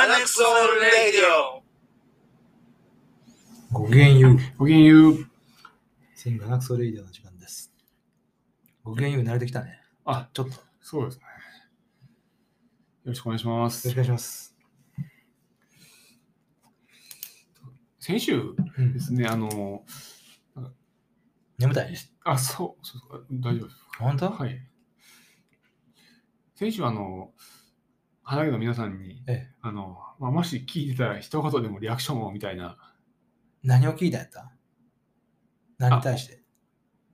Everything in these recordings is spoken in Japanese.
ールレディオごきげんよう。ごきげんよう。千五百ソレイディオの時間です。ごきげんよう慣れてきたね。あ、ちょっと。よそうですね。よろしくお願いしまろしくおす。願いします。先週うんで、すね、あの、眠たいね。あ、そう、そうそう大丈夫です。本当、はい。先週、あの、畑の皆さんに、ええ。あの、まあ、もし聞いてたら一言でもリアクションをみたいな、何を聞いたんやった何に対してい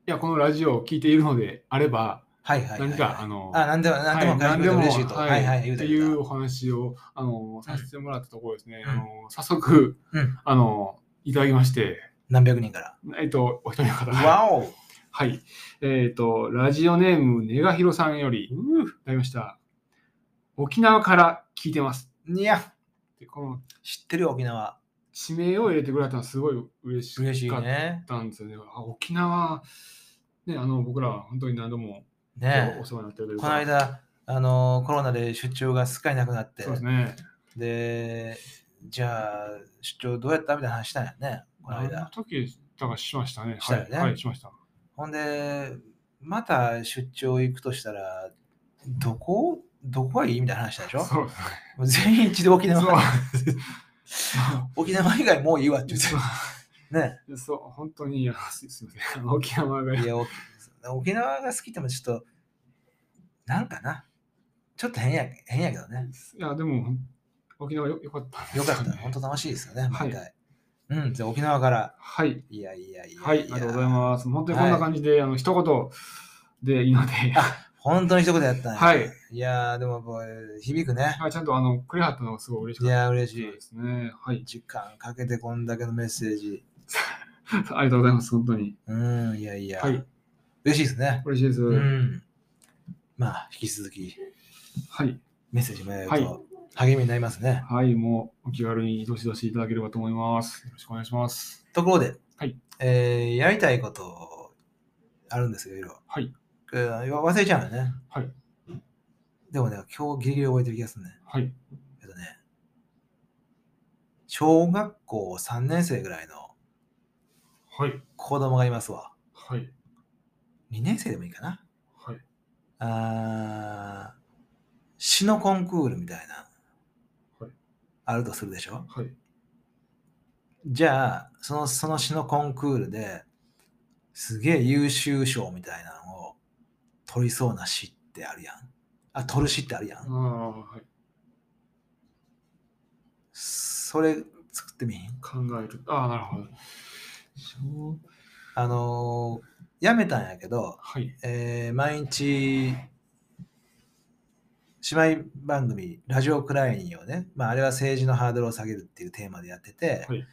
や、このラジオを聞いているのであれば、はいはいはい、はい。何か、あの、あ、何でも、何でも返してくれて嬉しいと。はいはい、言っうたて言いううた。お話をあのさせてもらったところですね、うんあの早速、うんあのいただきまして、何百人から。えっと、お一人の方がわおはい。えっ、と、ラジオネーム、ねがひろさんより、うーいただきました。沖縄から聞いてます。いや、でこの知ってるよ沖縄。地名を入れてくれたのはすごい嬉しか嬉しいっね。たんですよね。あ沖縄、ね、あの、僕らは本当に何度もおねえお世話になってるというこかの、間、あのコロナで出張がすっかりなくなって、そうですね。で、じゃあ、出張どうやったみたいな話したんやね、このあの間。時、だからしましたね。したよねはい、はい、しました。ほんで、また出張行くとしたら、どこどこがいいみたいな話したでしょそうですね。もう全員一度沖縄。そ沖縄以外もういいわって言ってう。ね。そう、そう本当に、いやすすみません。あの沖縄が、いや、沖沖縄が好きってもちょっと、なんかな。ちょっと変や変やけどね。いや、でも、沖縄よよかったですよよかね。った。本当楽しいですよね、はい毎回。うん、じゃあ沖縄から。はい。いやいやいやはい、ありがとうございす。ます。本当にこんな感じで、あの一言でい いので、あ本当に一言やったんや。はい。いやー、でもこう、響くね。はい、ちゃんとあのくれはったのがすごい嬉しいかっやー、嬉たしいで。すね。はい、時間かけてこんだけのメッセージ。ありがとうございます。本当に。うん、いやいや。はい、嬉しいですね。嬉しいです。うん。まあ、引き続きはい、メッセージもらえるはいと励みになりますね。はい、もうお気軽にどしどしいただければと思います。よろしくお願いします。ところで、はいえーやりたいことあるんですよ、いろいろ。はいえーわ忘れちゃうよね。はいでもね、今日ギリギリ覚えてる気がするね。はい、えっとね、小学校3年生ぐらいのはい、子供がいますわ。はい、 2年生でもいいかな。はい。あー詩のコンクールみたいな、はいあるとするでしょはい、じゃあそのその詩のコンクールですげえ優秀賞みたいなのを取りそうな詩ってあるやんあ取る詩ってあるやあん、あ、はい、それ作ってみひん考える。ああ、なるほど。そうあのーやめたんやけど、はい、えー毎日姉妹番組「ラジオクライニー」をね、まあ、あれは政治のハードルを下げるっていうテーマでやってて、はい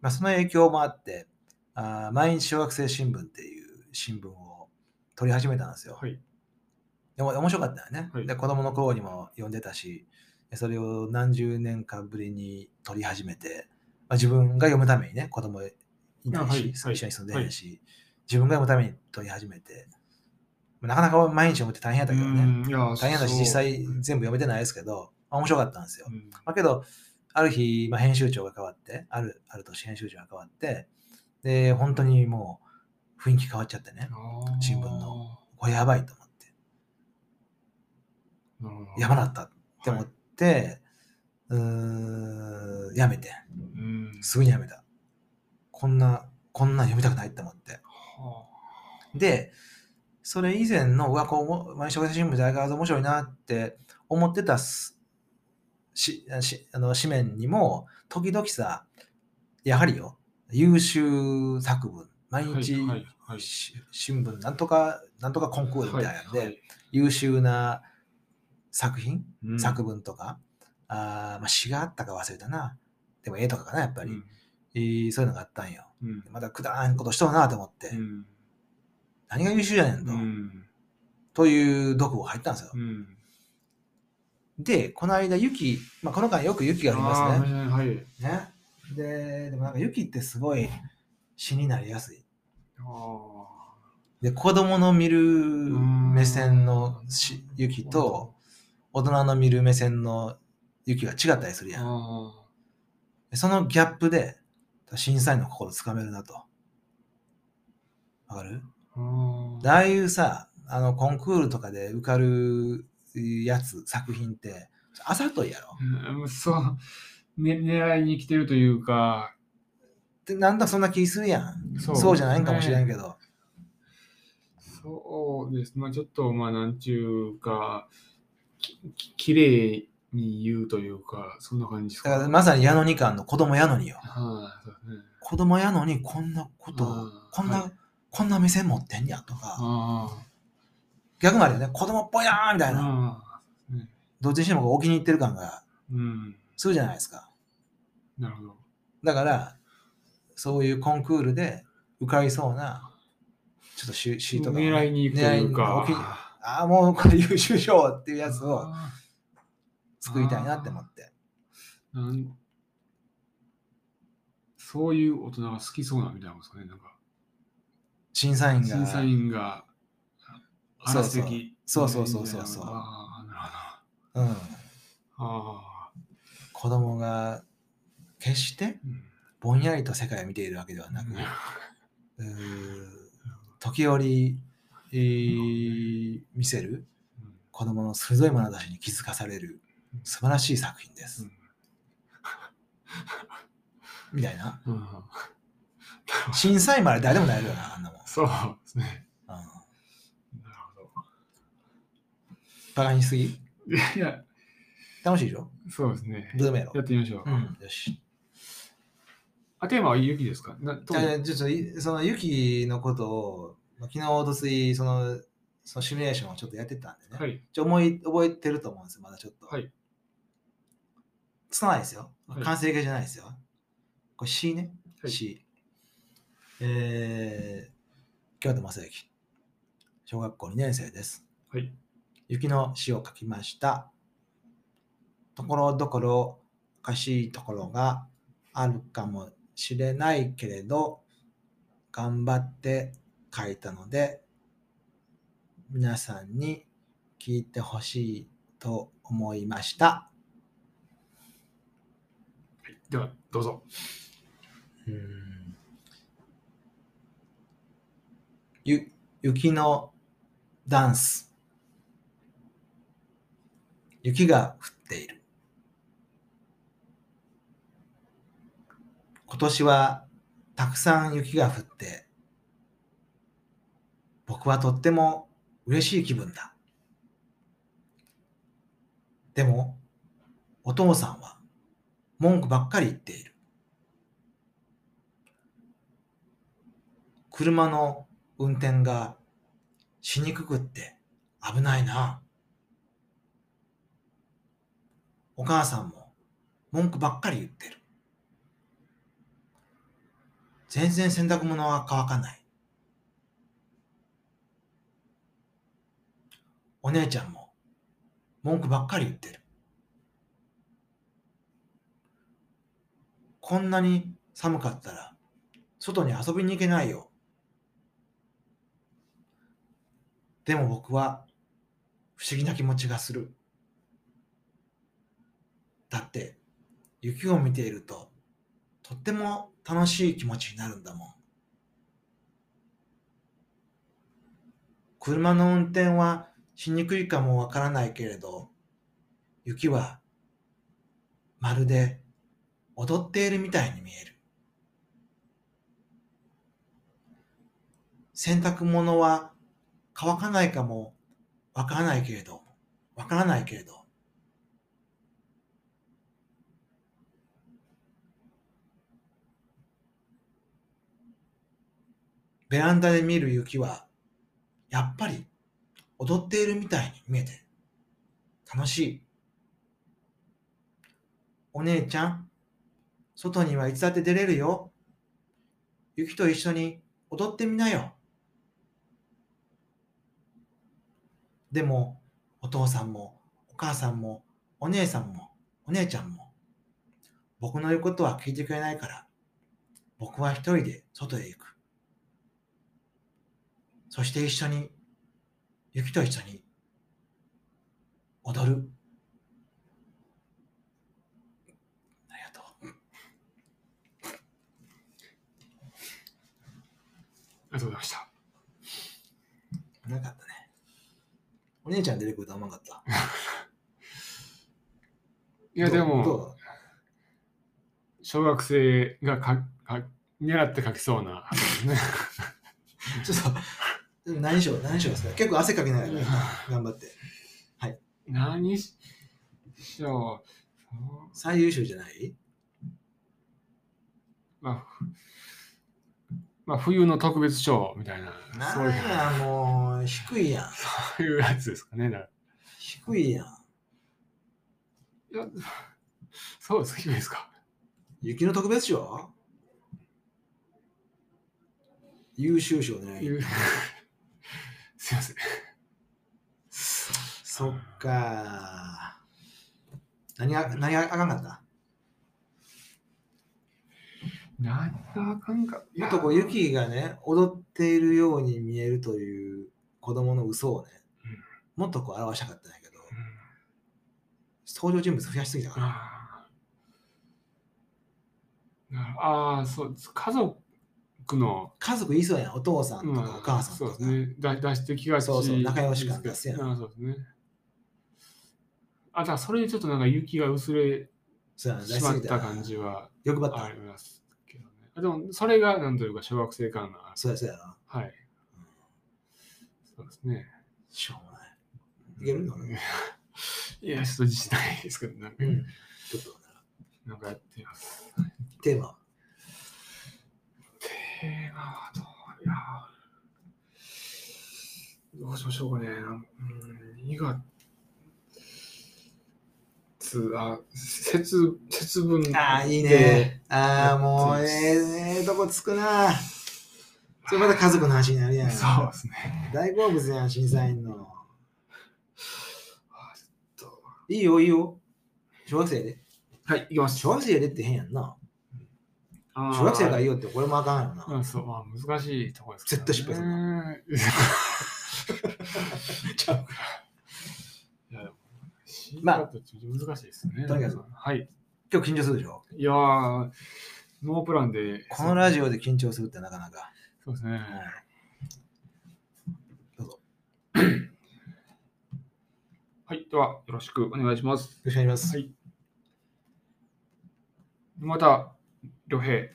まあ、その影響もあってあー毎日小学生新聞っていう新聞を取り始めたんですよ。はい、でも面白かったよね、はいで子供の頃にも読んでたしそれを何十年かぶりに取り始めて、まあ、自分が読むためにね子供いなあいはいし、はい一緒に住んでないし、自分が読むために取り始めてまあなかなか毎日読むって大変やったけどねうんいや大変だしそう実際全部読めてないですけど、まあ、面白かったんですよ、うんまあ、けど、ある日、まあ、編集長が変わって、ある、ある年編集長が変わって、で、本当にもう雰囲気変わっちゃってね、あー新聞のこれやばいと思って、なるほどやばなったって思って、うーん、やめて、うんすぐにやめた。こんな、こんなん読みたくないって思って。はで、それ以前の、うわ、こうも、毎日小学生新聞で相変わらず面白いなって思ってたすししあの紙面にも、時々さ、やはりよ、優秀作文、あ毎はい日、はいはいし新聞、なんとか、なんとかコンクールみたいなんで、はいはい優秀な作品、うん作文とか、あーまあ、詩があったか忘れたな。でも絵とかかな、やっぱり。えーそういうのがあったんよ。うんうんまだくだらんことしとるなと思って、うん何が優秀やねんと。うんという毒を入ったんですよう。んで、この間、雪、まあ、この間よく雪がありあますね。ーはいはいねで、でもなんか雪ってすごい死になりやすい。あーで、子供の見るん目線のし雪と、大人の見る目線の雪が違ったりするやん。あでそのギャップで、審査員の心つかめるなと。わかるうんでああいうさ、あの、コンクールとかで受かるやつ、作品って、あざといやろ。うんそう、ね、狙いに来てるというか、でなんだそんな気するやん。そそうじゃないんかもしれんけど。ど。そうです。まあちょっと、まあなんちゅうか、きききれいに言うというか、そんな感じですだからか。まさに矢野二巻の子供矢野によ。はい、そうですね。子供やのにこんなことをあーこんな、はいこんな目線持ってんやとか、あ逆もあるよね、子供っぽいやーみあ。たいな、ああ。どっちにしてもお気に入ってる感がうん。するじゃないですか。なるほど。だから、そういうコンクールで受かりそうな、ちょっとシシートが、狙いに行くという狙いにお気にか。ああ、もうこれ優秀賞っていうやつをあ作りたいなって思って。あなんそういう大人が好きそうなみたいなことですかね。なんか審査員が。審査員がそう嵐そう的そうそうそうそうそうああなるうん、ほどああ、子供が決してうんぼんやりと世界を見ているわけではなく、うー時折、えー見せる子供の鋭い眼差しに気づかされる素晴らしい作品です。みたいな。うんうん審査員まで誰でもなれるよな、あんなもん。そうですねうん、なるほどバカにしすぎいやいや楽しいでしょそうですねどうでもやろやってみましょう、うん、よし。あテーマは雪ですかなじとゃあ、ちょっとい、そのユキのことを、まあ昨日、おとつい、その、そのシミュレーションをちょっとやってたんでね。はいちょ思い覚えてると思うんですよ、まだちょっと。はい。つないですよは。い完成形じゃないですよ。これ C ね。はい C。えー、京都正幸。小学校2年生です。はい雪の詩を書きました。ところどころおかしいところがあるかもしれないけれど、頑張って書いたので、皆さんに聞いてほしいと思いました。ではどうぞうんゆ雪のダンス雪が降っている今年はたくさん雪が降って僕はとっても嬉しい気分だでもお父さんは文句ばっかり言っている車の運転がしにくくって危ないな。お母さんも文句ばっかり言ってる。全然洗濯物は乾かない。お姉ちゃんも文句ばっかり言ってる。こんなに寒かったら外に遊びに行けないよ。でも僕は不思議な気持ちがする。だって雪を見ているととっても楽しい気持ちになるんだもん。車の運転はしにくいかもわからないけれど、雪はまるで踊っているみたいに見える。洗濯物は乾かないかもわからないけれど、わからないけれど、ベランダで見る雪は、やっぱり踊っているみたいに見えて、楽しい。お姉ちゃん、外にはいつだって出れるよ。雪と一緒に踊ってみなよ。でも、お父さんも、お母さんも、お姉さんも、お姉ちゃんも、僕の言うことは聞いてくれないから、僕は一人で外へ行く。そして一緒に、雪と一緒に、踊る。ありがとう。りがとうございました。なかったね。お姉ちゃん出てくるとは思わなかった。いや、どうでも、ど小学生がかか狙って書きそうな。うちょっと、何しよう、何しようですか。結構汗かきながら頑張って。何ししよう。最優秀じゃないまあ、まあ、冬の特別賞みたいな、なそういんうや、もう、低いやん。そういうやつですかね。だか低いやん。らいやそうです、いいですか。雪の特別賞優秀賞いね。うすいません。そっか。何が、何があかんかったなんだあかんか。いもやっとこう、ユキがね、踊っているように見えるという子供の嘘をね、もっとこう表したかったんやけど、うん登場人物増やしすぎたから。あーなあー、そうです。家族の、家族いそうやん、お父さんうとかお母さんそうとか。ですね。だ出してきがちそうそう仲良し感で出すすやけんど。あーそうですね。あ、だからそれでちょっとなんか雪が薄れそうやん、出ししますっぎたたら感じは欲張った。ありますけどね。あでも、それがなんというか小学生感が、そうやそうやな。はうい。んそうですね。しょうもない。いけるのね。いや、ちょっと自信ないですけど、なんか、うんちょっとななんかやってます。テーマはテーマはどうやどうしましょうかね。なんうん、2月、あ、節節分。ああ、いいで。ね。ああ、もうええええとこつくな。それまた家族の話になるやん。そうですね。大好物やん、審査員の。あちょっといいよ、いいよ。小学生で。はい、いきます。小学生でって変やんな。あー小学生がいいよってこれもあかんよな。うん、そう、まあ、難しいところですか絶らね対失敗する ちゃういやでもまあシーカットって難しいですね。とにかくはい。今日緊張するでしょ。いやー、ノープランで。このラジオで緊張するってなかなか。そうですね。どうぞ。よはい、では、よろしくお願いします。ろしくお願いします。はい。また、良平。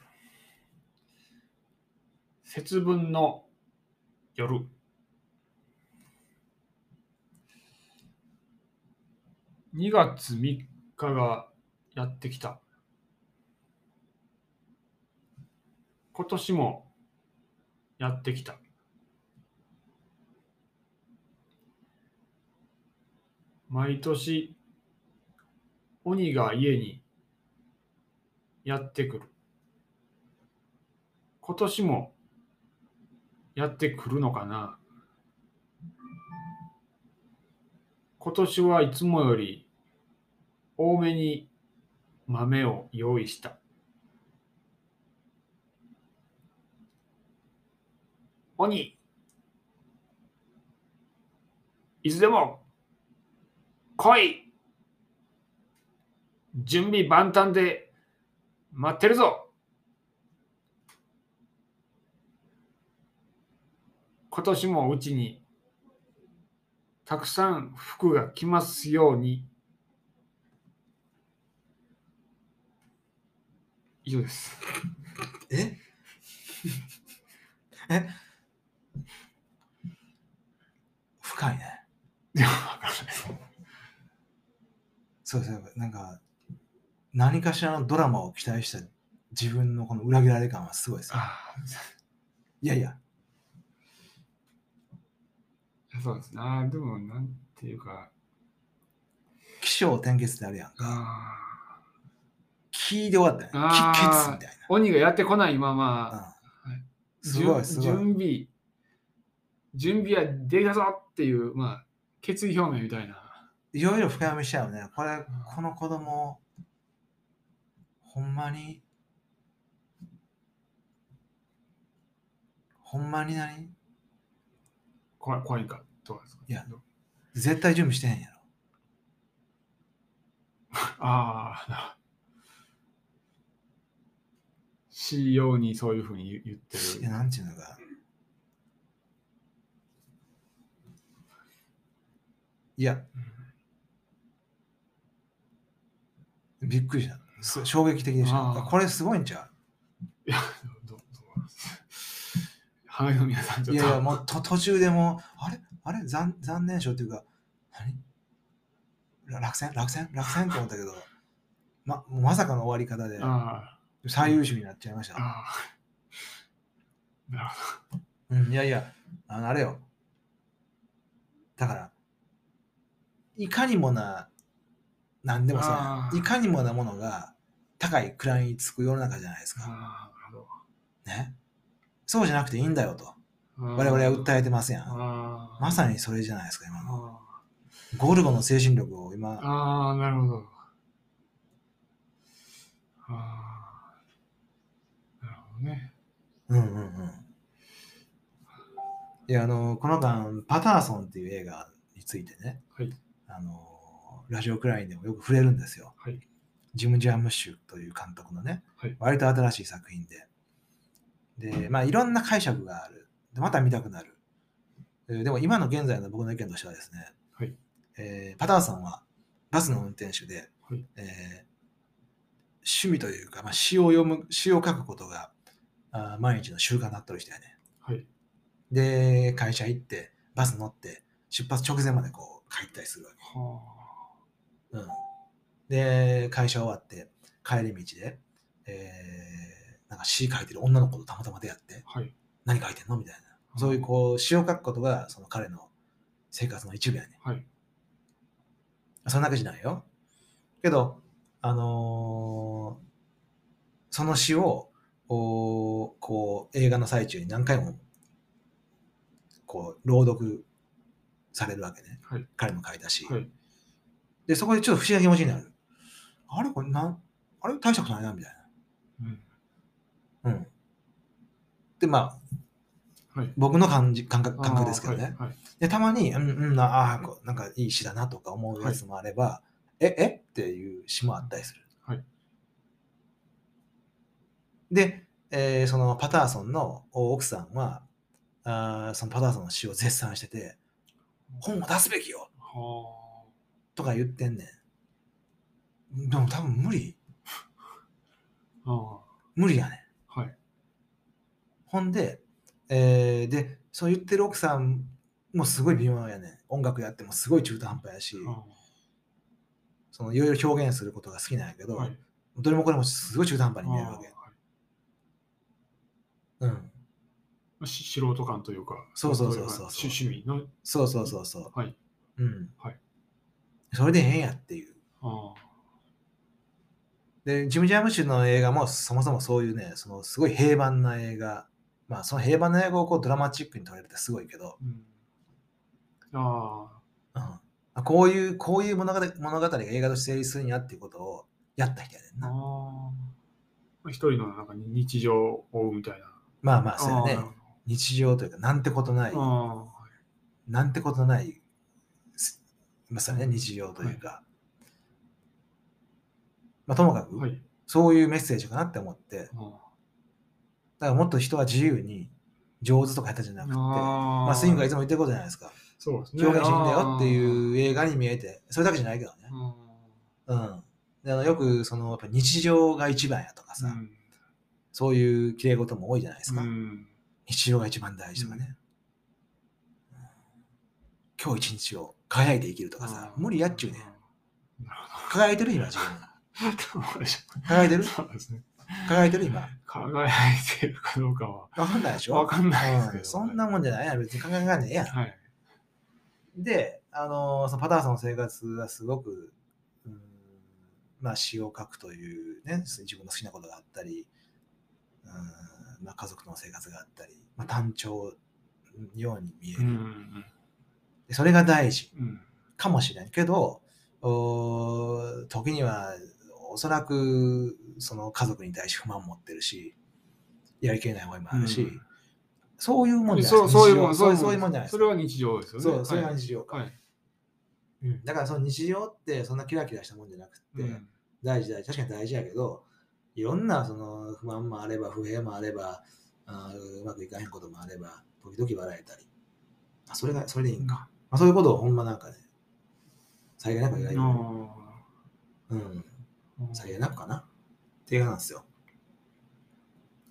節分の夜。2月3日がやってきた。今年もやってきた。毎年鬼が家にやってくる。今年もやってくるのかな今年はいつもより多めに豆を用意した。鬼いつでも来い準備万端で待ってるぞ今年もうちにたくさん服が来ますように以上です。え え深いね。そうそう、なんか、何かしらのドラマを期待した自分のこの裏切られ感はすごいですよ。あいやいや、あそうですね。ああでもなんていうか。起承転結ってあるやんか。ああ聞いで終わったやん。あきー決みたい鬼がやってこないまま。な。はうん、すごいすごい。準備、準備はできたぞっていう、まあ、決意表明みたいな。いろいろ深読みしちゃうね。これ、この子供、ほんまに、ほんまに何怖い怖いんかとかですか。いや絶対準備してへんやろ。ああ、なるほど。しようにそういうふうに言言っていや、る。なんちゅうのか、いや、びっくりした。す衝撃的でしあた。ーこれすごいんちゃどどどうハガキの皆さん、ちうょいっやいや、と。もうと途中でもう、あれあれ残残念賞っていうか、何ら落選落選落選と思ったけど、ままさかの終わり方であ最優秀になっちゃいましあ、た。ああ。なるほうん、いやいや、あのあれよ。だから、いかにもな、なんでもさあ、ーいかにもなものが高い位につく世の中じゃないですど。か。ああ、なるほね。そうじゃなくていいんだよと。ど。我々は訴ええてますやん。ああ。まさにそれじゃないですか、今の。あゴルゴの精神力を今、あああ、なるほど。ああ。なるほどね。うんうんうん。いや、あの、この間、パターソンっていう映画についてね、はいあの、ラジオクラインでもよく触れるんですよ。はいジム・ジャームッシュという監督のね、はい割と新しい作品で。で、まあ、いろんな解釈がある。でまた見たくなる。えーでも、今の現在の僕の意見としてはですね、はいえーパターソンはバスの運転手で、はいえー趣味というか、まあ、詩を読む、詩を書くことが、あー毎日の習慣になってる人やね。はい。で、会社行って、バス乗って、出発直前までこう帰ったりするわはけ。うん、で、会社終わって、帰り道で、えーなんか詩書いてる女の子とたまたま出会って、あ。はい。何書いてんのみたいな。そういうこう、詩を書くことが、その彼の生活の一部やね。はい。そんなわけじゃないよ。けど、あのーその詩を、おーこう、映画の最中に何回も、こう、朗読されるわけね。はい彼の書いた詩、はいで、そこでちょっと不思議な気持ちになる。あれこれなん、あれ大したことないな、みたいうん。な。うん。で、まあ、はい僕の感じ感覚感覚ですけどね。ああはい。はいで、たまに、うんうん、ああ、こうなんかいい詩だなとか思うやつもあれば、え、えっていう詩もあったりする。はいで、えーそのパターソンの奥さんは、あーそのパターソンの詩を絶賛してて、本を出すべきよはとか言ってんねん。でも多分無理、あ。あ無理やねん。あ。はい。ほんで、えーで、そう言ってる奥さんもすごい微妙やねん。音楽やってもすごい中途半端やし、あそのいろいろ表現することが好きなんやけあど、はい。どれもこれもすごい中途半端に見えるわけあ。あはういん。し素人感というか、そうそうそうそう趣趣味の、そうそうそうそう。はい。うん。はいそれでええんやっていう。あで、ジム・ジャームッシュの映画もそもそもそういうね、そのすごい平凡な映画。まあ、その平凡な映画をこうドラマチックに撮れるってすごいけど、ー、うん、あうん、こういう、こういう物語物語が映画として成立するんやっていうことをやった人やねんーあな。ー、まあ一人のなんか日常を追うみたいな。まあまあ、そうやあーなるね。日常というか、なんてことないほど、あなんてことない、すまさにね、日常というか。まあ、ともかくー、、はい。そういうメッセージかなって思って、だあからもっと人は自由に上手とか下手じゃなーくて、あまあ、スイングがいつつも言ってることじゃないですか。そうですね。表現していいんだよってう。いう映画に見えて、それだけじゃないけどね。うん。であのよくそのやっぱ日常が一番やとかさ、うんそういう綺麗事も多いじゃないですか。うん日常が一番大事とかね。今日一日を輝いて生きるとかさ、無理やっちゅうね。。輝いてる今自分。あーなるほど輝いてるそうですね。輝いてる今。輝いてるかどうかはわかんないでしょわかんないですけうんど。そんなもんじゃないやん別に考えがねえやん。はい。で、あのそのパターソンの生活はすごく、うんまあ、詩を書くというね、自分の好きなことがあったり、うんまあ、家族との生活があったり、まあ、単調のように見えうる、んうんでそれが大事うん。うんかもしれんけど、おー時にはおそらくその家族に対して不満を持ってるし、やりきれない思いもあるし、うんそういうもんじゃないそうそういうもん、日常そうそういうもんじゃないそれは日常ですよね。そう、それがはい日常か。はい。うんだからその日常ってそんなキラキラしたもんじゃなくて、うん大事大事確かに大事やけどいろんなその不満もあれば不平もあればあーうまくいかへんこともあれば時々笑えたりあそれがそれでいいんか、まあ、そういうことをほんまなんかねさりげなく意外あと。うん。ーさりげなくかな。っていう感じなんですよ。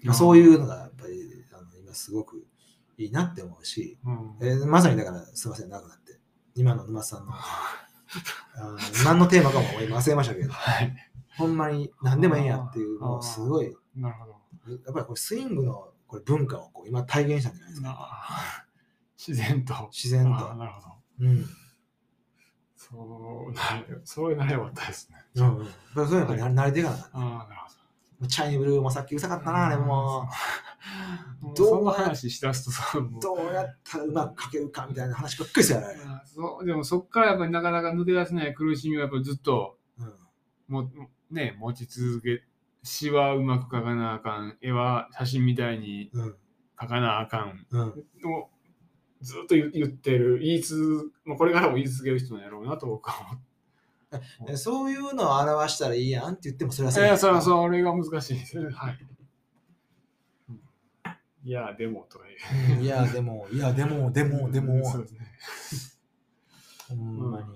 まあ、そういうのがやっぱりあの今すごくいいなって思うし、うんえーまさにだからすいません、なくなって。今の沼津さんの、あー何のテーマかも今忘れましたけど、はい。 ほんまに何でもええんやっていうのをすごい、やなるほど。っぱりこれスイングのこれ文化をこう今体現したんじゃないですか。な自然と。自然あーと。なるほど。うん。そうなれ、そうなればよかったですね。うんうん、そういうのが慣れていかなかっああ、なるほた。ど。チャイニーブルーもさっきうさかったな、あれも。うん。どうその話しだすとそう、もうどうやったらうまく書けるかみたいな話ばっかりしてやられる。あーそうでもそこからやっぱりなかなか抜け出せない苦しみはやっぱりずっとうんもね持ち続け詩はうまく描かなあかん絵は写真みたいにうん描かなあかんうんをずっと言言ってる言い続もうこれからも言い続ける人なんやろうなと僕は思ってえそういうのを表したらいいやんって言ってもそれはえー、それはうそれが難しいですねはい、うんいやでもとか言ううん。いや、でも、いや、でも、でも、でも、そうですねほんまに。ま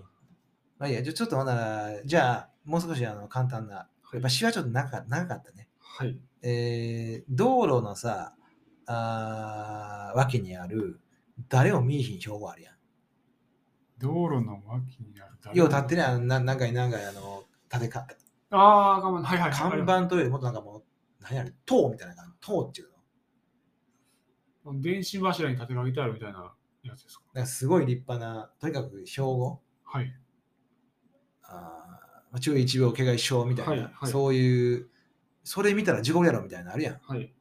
あいいや、じゃあちょっとほんなら、じゃあ、もう少しあの簡単な。やっぱ詩はちょっと長か長かったね。はいえー、道路のさ、あー脇にある、誰を見いひん標語あるやん。道路の脇にある誰よう立ってね、あのな何回何回あの、立てか、ああ、かまはいはい。看板というよりもっとなんかもう、何やる、塔みたいな感じ、塔っていうの。電信柱に立てかけてあるみたいなやつですか。なんかすごい立派な、とにかく標語、はい。あーまあ注意1秒怪我一生みたいな、はいはいそういう、それ見たら地獄やろみたいなのあるやん。はい。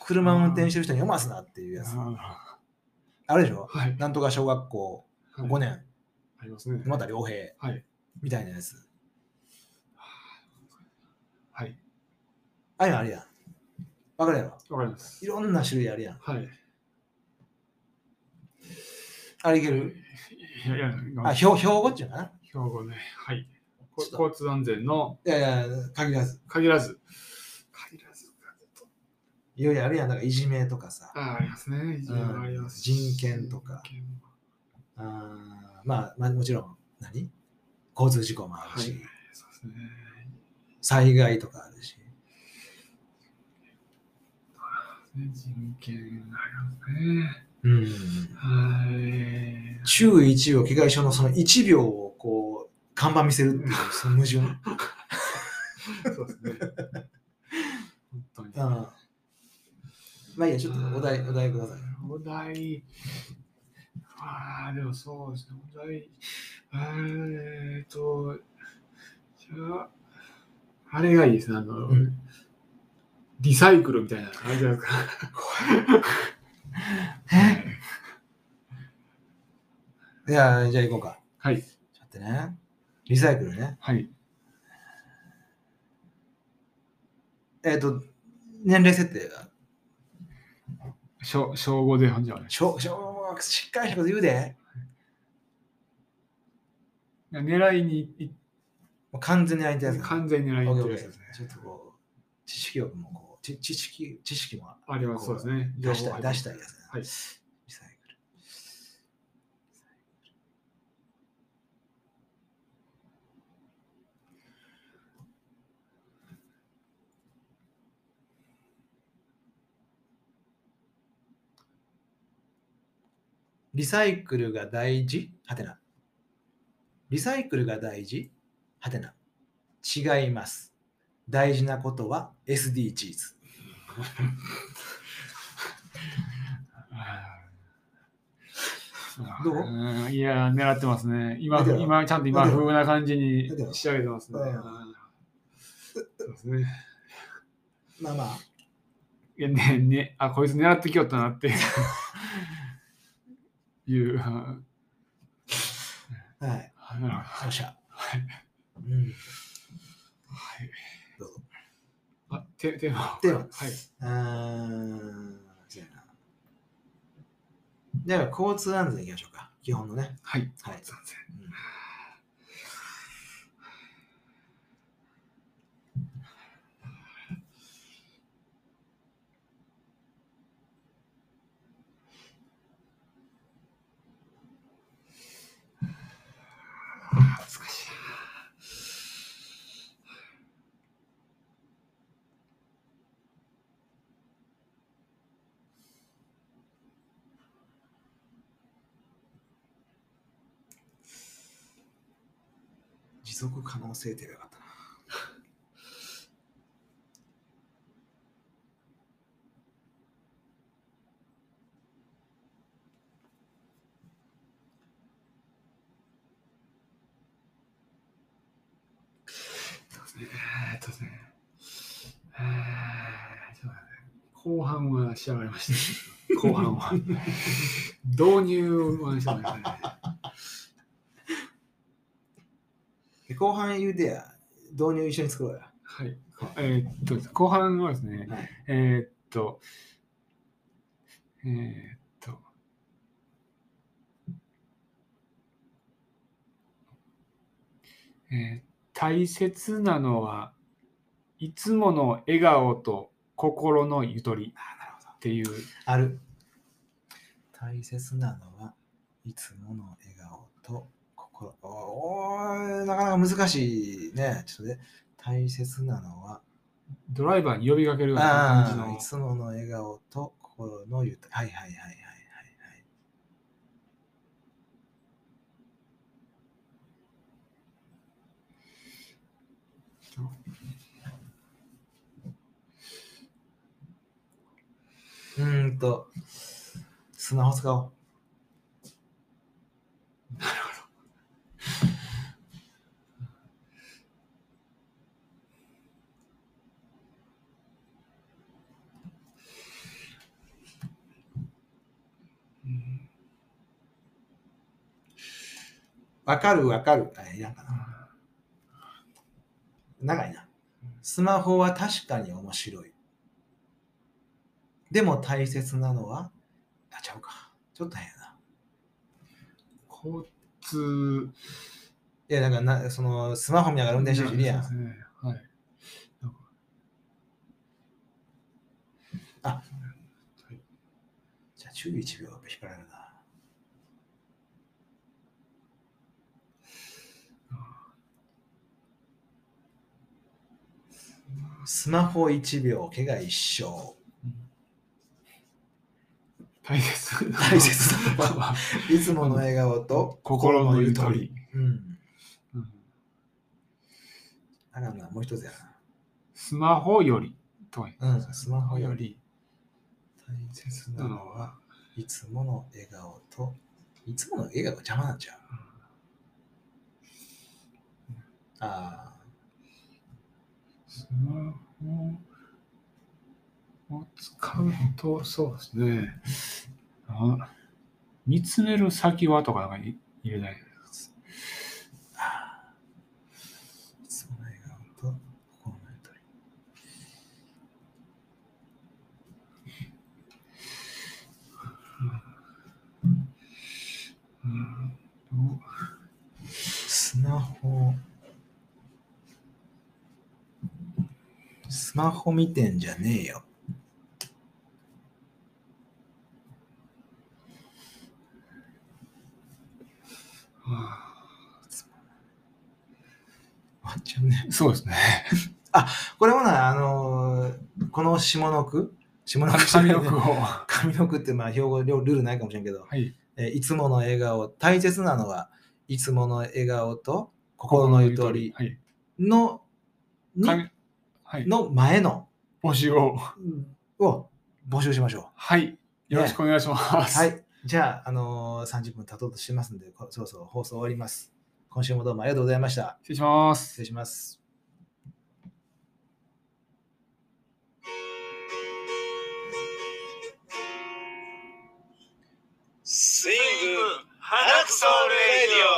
車運転してる人に読ますなっていうやつ。ああるでしょーはい。なんとか小学校はい5年、ありますね。また良平はい。みたいなやつ。はい。ああいうのあるやん。わかるやろわかりますい。ろんな種類あるやん。はい。あれいけるいやいや、あ、標標語っていうのかな標語ね。はい。こちょっと交通安全のいやいや、限らず。限らず。限らず。いろいろあるやん。なんかいじめとかさ。あーありますね。いやあります人権とか人権もあーまあ、まあ、もちろん、何交通事故もあるし、はいそうですね。災害とかあるし。ね人権ありますね。うん、はい。注意1秒、被害者のその1秒をこう、看板見せるっていう、その矛 盾。そうですね。本当に。あまあいいや、ちょっとお題、お題ください。お題、ああ、でもそうですね、お題、えーっと、じゃあ、あれがいいですね、あの、うんリサイクルみたいな、あれじゃないですか。いや、じゃあ行こうか。はい、ちょっとね。リサイクルね。はい。えっ、と、年齢設定が。小小五でほんじゃ小、小学、しっかりしたこと言うで。あね。狙いにいもう完全に相手やつ。完全に狙いにオッケいーってオッケーるやつですね。ちょっとこう、知識欲もこう、ち知識、知識もあります、そうですね。出したい、出したたいやつね。はいリサイクル。リサイクルが大事はてな。リサイクルが大事はてな。違います。大事なことは SDGs。どうんいや、狙ってますね。今、だけど今ちゃんと今だけど風な感じにだけど仕上げてますね。うんそうですね。まあまあ。いやねね、あ、こいつ狙ってきよったなっていういう。あはい。あなるほど感謝。うん。はい。どうぞ。あ、テテーマを。テーマはい。うーん。そうやな。では、交通安全いきましょうか。基本のね。はい。はいすいませんうんあ持続可能性ってよかったな。えーっとですね。えーそうだね後半は仕上がりました。後 半は。導入は仕上がりましたね。で後半言うてや、導入一緒に作ろうや。はい。えーっと、後半はですね、はいえーっと、えーっと、えー大切なのはいつもの笑顔と心のゆとりあなるほど。っていう、ある。大切なのは、いつもの笑顔と心。おー、なかなか難しいね。ちょっとね。大切なのは、ドライバーに呼びかけるようあなあ、感いじつもの笑顔と心のゆとり。はいはいはいはいはいはい。うーんと、スマホ使おう。の。うんわかるわかる。あ、いらんかな。長いな。スマホは確かに面白い。でも大切なのは、あ、ちゃうか。ちょっと変やな。交通いや、なんかな、その、スマホ見ながら運転してる人いるやそん。うですねはい。なんかあはいじゃあ、11秒やっぱ引っ張られるな。スマホ1秒、怪我一生。大切大切なのはいつもの笑顔と 心のゆとり。うん。うんあかんな、もう一つやスマホよりとは言な。うん、スマホうよよりり大切なのは、いつもの笑顔と、いつもの笑顔が邪魔なんちゃうあスマホを使うとそうですねあ見つめる先はとかなんかい入れないーあー。いつもの笑顔と、心のゆとり。うんどうスマホ。スマホ見てんじゃねえよ。あ終わっちゃうね。ーそうですね。これもな、あのーこの下の句下の句じゃな髪いの毛を。は上の句って、まあ、標語、ルールないかもしれんけど、い。えーいつもの笑顔、大切なのは、いつもの笑顔と心のゆとりはい。の、に髪はい。の前の帽子を。を募集しましょう。はい。よろしくお願いします。は。い。じゃあ、あのー30分経とうとしてますんで、こそろそろ放送終わります。今週もどうもありがとうございました。失礼します。失礼します。スイング、花クソレディオ